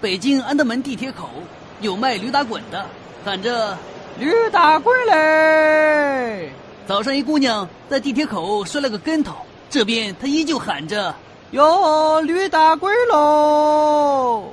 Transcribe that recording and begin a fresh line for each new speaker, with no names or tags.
北京安德门地铁口有卖驴打滚的，喊着
驴打滚嘞！
早上一姑娘在地铁口摔了个跟头，这边她依旧喊着
哟，驴打滚喽！